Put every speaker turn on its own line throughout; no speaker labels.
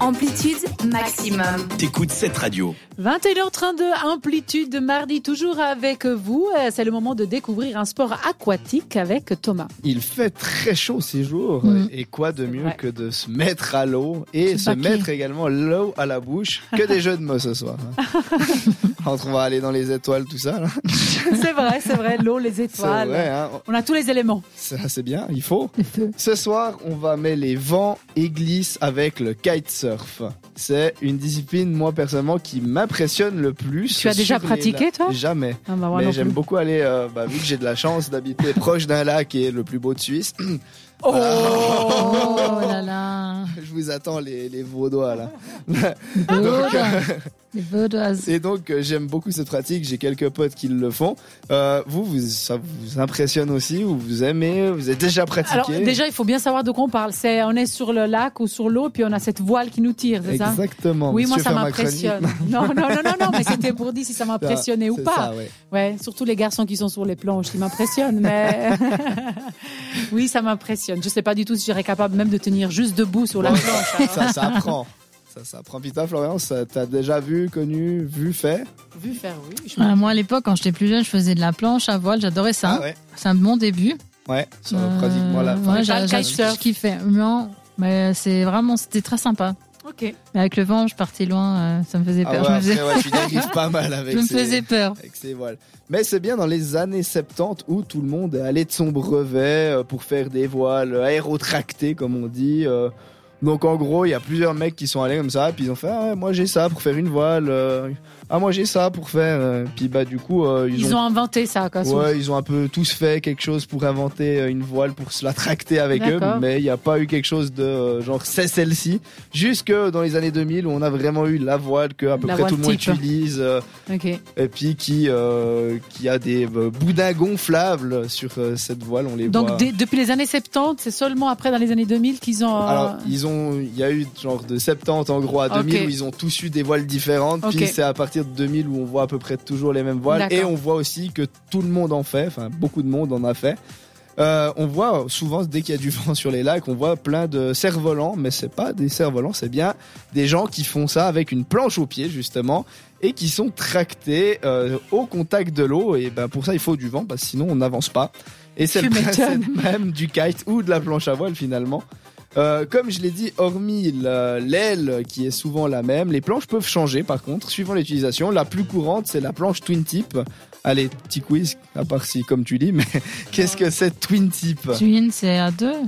Amplitude maximum.
T'écoutes cette radio.
21h32, amplitude de mardi, toujours avec vous. Euh, C'est le moment de découvrir un sport aquatique avec Thomas.
Il fait très chaud ces jours.
Mhm.
Et quoi de mieux
vrai.
que de se mettre à l'eau et
Se
se
baquer.
mettre également l'eau à la bouche que des jeux de mots ce soir. hein. Entre on va aller dans les étoiles, tout ça. là.
C'est vrai, c'est vrai, l'eau, les
C'est vrai,
étoiles.
hein.
On a tous les éléments.
Ça, c'est bien, il faut.
Le feu.
Ce soir, on va mettre les vents et glisse avec le kitesurf. C'est une discipline, moi personnellement, qui m'impressionne le plus.
Tu as déjà
sur les
pratiqué,
lacs.
toi
Jamais.
Ah, bah, moi
Mais
non
j'aime
plus.
beaucoup aller, euh, bah, vu que j'ai de la chance d'habiter proche d'un lac qui est le plus beau de Suisse.
Oh
Oh là là.
Je vous attends les, les vaudois là.
Vaudois. Les vaudoises.
Et donc euh, j'aime beaucoup cette pratique, j'ai quelques potes qui le font. Euh, vous, vous, ça vous impressionne aussi, vous, vous aimez, vous avez déjà pratiqué.
Alors déjà, il faut bien savoir de quoi on parle. C'est on est sur le lac ou sur l'eau, puis on a cette voile qui nous tire, c'est ça
Exactement.
Oui, moi
monsieur
ça
fait ma chronique. Ah,
m'impressionne. Non, non, non, non, non, mais c'était pour dire si ça m'impressionnait ou
C'est
pas.
ça, ouais.
Ouais, surtout les garçons qui sont sur les planches, qui m'impressionnent. Mais oui, ça m'impressionne. Je sais pas du tout si je serais capable même de tenir juste debout sur la
Bon,
planche. hein.
Ça, ça apprend. Ça, ça apprend. Puis toi, Florian, ça- t'as déjà vu, connu, vu, fait.
Vu faire, oui. je-
Voilà, Euh, moi, à l'époque, quand j'étais plus jeune, je faisais de la planche à voile. J'adorais ça.
Ah ouais.
C'est un bon début.
Ouais. Ça
Euh,
pratique moi la.
ouais,
Pas
j'a-
le
j'a-
kitesurf.
je kiffais. Non, mais c'est vraiment, c'était très sympa.
Ok.
Mais avec le vent, je partais loin, euh, ça me faisait
Ah
peur.
ouais,
je me faisais,
après, ouais, tu dérives pas mal avec.
je me
ces-
faisais peur.
Avec ses voiles. Mais c'est bien dans les années 70 où tout le monde est allé de son brevet euh, pour faire des voiles euh, aérotractées, comme on dit. euh. Donc en gros, il y a plusieurs mecs qui sont allés comme ça, puis ils ont fait Ah, moi j'ai ça pour faire une voile, euh, ah moi j'ai ça pour faire. euh. Puis bah du coup, euh,
Ils, ont... inventé ça, quoi. sur-
Ouais, ils ont un peu tous fait quelque chose pour inventer euh, une voile, pour se la tracter avec eux,
D'accord.
mais il n'y a pas eu quelque chose de euh, genre c'est celle-ci. Jusque dans les années 2000 où on a vraiment eu la voile que à peu
La
près tout
voile
le monde
type.
utilise. euh,
Ok.
et puis qui, euh, qui a des euh, boudins gonflables sur euh, cette voile, on les voit.
Donc dès- depuis les années 70, c'est seulement après dans les années 2000 qu'ils ont. euh,
Alors, ils ont, il y a eu genre de 70 en gros à
Ok.
2000 où ils ont tous eu des voiles différentes.
Ok.
Puis c'est à partir de 2000 où on voit à peu près toujours les mêmes voiles.
D'accord.
Et on voit aussi que tout le monde en fait, enfin beaucoup de monde en a fait. Euh, on voit souvent dès qu'il y a du vent sur les lacs, on voit plein de cerfs-volants, mais c'est pas des cerfs-volants, c'est bien des gens qui font ça avec une planche au pied justement et qui sont tractés euh, au contact de l'eau. Et ben pour ça il faut du vent, parce que sinon on n'avance pas. Et c'est
Tu
le principe
m'étonnes.
même du kite ou de la planche à voile finalement. Euh, comme je l'ai dit, hormis la- l'aile qui est souvent la même, les planches peuvent changer par contre, suivant l'utilisation. La plus courante, c'est la planche twin tip. Allez, petit quiz, à part si, comme tu dis, mais qu'est-ce que c'est twin tip
Twin, c'est à deux. hein,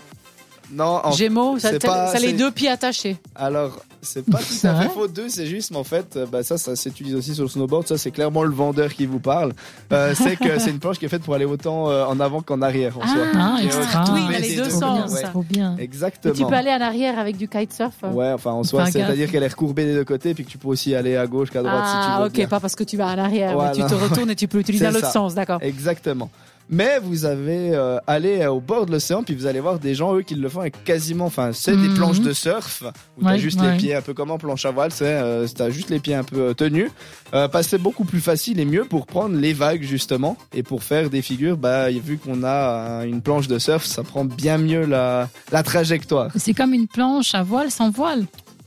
Non, en-
Gémeaux, ça,
c'est pas-
ça les
c'est-
deux pieds attachés.
alors, c'est pas tout à
vrai
fait faux deux, c'est juste, mais en fait, euh, bah, ça, ça s'utilise aussi sur le snowboard, ça, c'est clairement le vendeur qui vous parle. Euh, c'est que c'est une planche qui est faite pour aller autant euh, en avant qu'en arrière, en soi.
Ah,
Et, euh,
extra.
Twin,
mais
elle est
c'est
deux
trop bien,
sens.
ouais.
Trop bien.
Et
Exactement.
tu peux aller en arrière avec du kitesurf. euh.
Ouais, enfin en soi,
Enfin,
c'est-à-dire
gaffe.
qu'elle est recourbée des deux côtés, puis que tu peux aussi aller à gauche qu'à droite si tu
ah,
veux.
ok,
bien.
pas parce que tu vas en arrière,
Voilà.
mais tu te retournes et tu peux l'utiliser dans
C'est
l'autre
ça.
sens, d'accord.
Exactement. Mais vous avez euh, allé au bord de l'océan, puis vous allez voir des gens, eux, qui le font avec quasiment. Enfin, c'est des
Mhm.
planches de surf, où t'as
Ouais,
juste
ouais.
les pieds un peu comme en planche à voile, c'est, euh, t'as juste les pieds un peu euh, tenus. Euh, parce que c'est beaucoup plus facile et mieux pour prendre les vagues, justement, et pour faire des figures. Bah, vu qu'on a euh, une planche de surf, ça prend bien mieux la, la trajectoire.
C'est comme une planche à voile sans voile.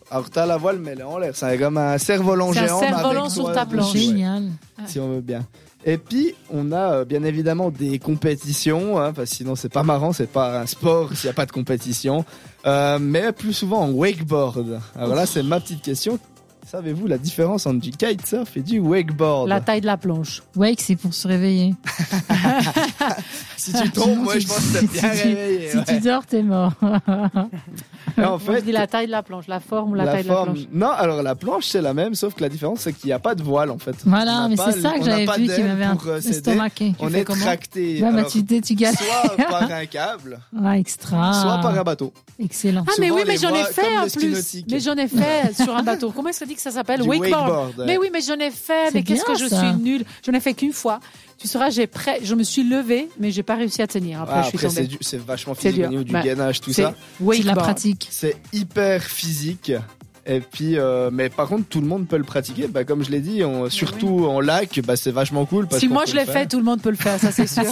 Alors, t'as la voile, mais elle est en l'air. C'est comme un cerf-volant
C'est un
géant. mais avec
cerf-volant sur
toi
ta
dessus,
planche.
ouais
Génial.
si on veut bien. Et puis, on a euh, bien évidemment des compétitions, hein, parce que sinon c'est pas marrant, c'est pas un sport s'il n'y a pas de compétition. Euh, mais plus souvent en wakeboard. Alors là, c'est ma petite question. Savez-vous la différence entre du kitesurf et du wakeboard
La taille de la planche.
Wake, c'est pour se réveiller.
Si tu tombes,
Sinon,
moi
si
je
tu-
pense que t'as bien
si tu-
réveillé.
Si tu
ouais.
dors, t'es mort.
Et en
Moi, je
fait,
dis la taille de la planche, la forme ou la, taille de la planche.
Non, alors la planche c'est la même, sauf que la différence c'est qu'il n'y a pas de voile en fait. On
voilà,
n'a
mais
pas
c'est ça
le-
que
on n'a
j'avais
pas
vu qui
d'aile
m'avait un-
pour, euh, s'aider.
estomaqué.
On
tu fais
est
comment
tracté
Ouais, bah,
alors,
tu, t'es- tu galères.
soit par un câble,
Ah, extra.
soit par un bateau.
Excellent.
Ah, mais
Souvent,
oui,
on
mais
les
j'en ai
voit
fait
comme
en
le ski
plus.
nautique.
Mais j'en ai fait sur un bateau. Comment est-ce que ça dit que ça s'appelle
Du wakeboard,
Mais oui, mais j'en ai fait.
C'est
Mais qu'est-ce
bien,
que je
ça.
suis nulle. J'en ai fait qu'une fois. Tu sauras, j'ai prêt. Je me suis levée, mais j'ai pas réussi à tenir. Après,
Ah,
je suis
après, c'est
tombée.
du- c'est vachement
C'est
physique
dur.
au niveau du
Bah,
gainage, tout
C'est
ça.
C'est de la
wakeboard.
pratique.
C'est hyper physique. Et puis, euh, mais par contre, tout le monde peut le pratiquer. Bah, comme je l'ai dit, on- surtout en lac, bah, c'est vachement cool. Parce
Si
qu'on
moi
peut
je
le
l'ai
faire.
fait, tout le monde peut le faire, ça c'est sûr.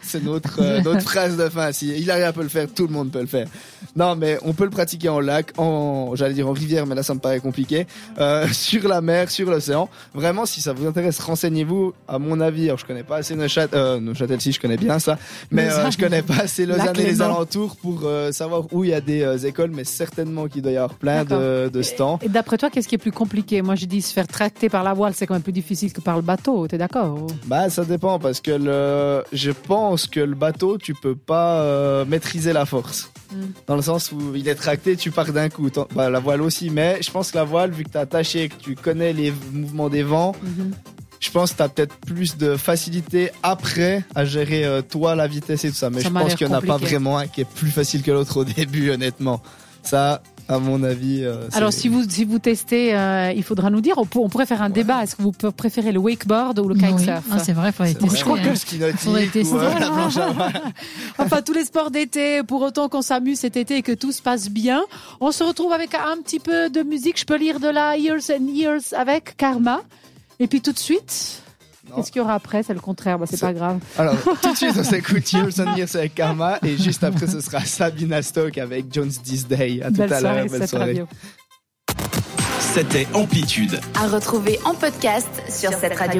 c'est notre, euh, notre phrase de fin. Si Hilaria peut le faire, tout le monde peut le faire. Non, mais on peut le pratiquer en lac, en, j'allais dire en rivière, mais là ça me paraît compliqué, euh, sur la mer, sur l'océan. Vraiment, si ça vous intéresse, renseignez-vous. À mon avis, alors je connais pas assez Neuchâtel, euh, Neuchâtel si je connais bien ça, mais euh,
Lausanne.
je connais pas assez Lausanne
Lac
et les
Léman.
alentours pour euh, savoir où il y a des euh, écoles, mais certainement qu'il doit y avoir plein de, de stands.
Et d'après toi, qu'est-ce qui est plus compliqué Moi je dis se faire tracter par la voile, c'est quand même plus difficile que par le bateau, t'es d'accord
Bah ça dépend parce que le, je pense que le bateau tu peux pas euh, maîtriser la force.
Mm.
Dans le sens où il est tracté, tu pars d'un coup. Tant- Bah, la voile aussi, mais je pense que la voile, vu que t'es attaché et que tu connais les mouvements des vents, je pense que t'as peut-être plus de facilité après à gérer euh, toi la vitesse et tout ça. Mais
Ça
je
m'a
pense
l'air
qu'il n'y en a pas
compliqué.
vraiment un qui est plus facile que l'autre au début, honnêtement. Ça, à mon avis. euh,
Alors
c'est-
si vous, si vous testez, euh, il faudra nous dire, on, peut- on pourrait faire un débat, est-ce que vous pr- préférez le wakeboard ou le
Oui.
kitesurf
Ah, c'est vrai, faut aller
c'est-
tester.
je crois
hein.
que le ski nautique
Faudrait tester.
ou, euh, la planche à voile.
Enfin, tous les sports d'été, pour autant qu'on s'amuse cet été et que tout se passe bien. On se retrouve avec un petit peu de musique. Je peux lire de la Years and Years avec Karma. Et puis tout de suite,
Non.
qu'est-ce qu'il y aura après C'est le contraire, bah, c'est
C'est-
pas grave.
Alors, tout de suite, on s'écoute Years and Years avec Karma. Et juste après, ce sera Sabina Stock avec Jones This Day. À tout
belle
à l'heure.
soirée,
Belle
cette
soirée.
radio.
C'était Amplitude.
À retrouver en podcast sur, cette radio.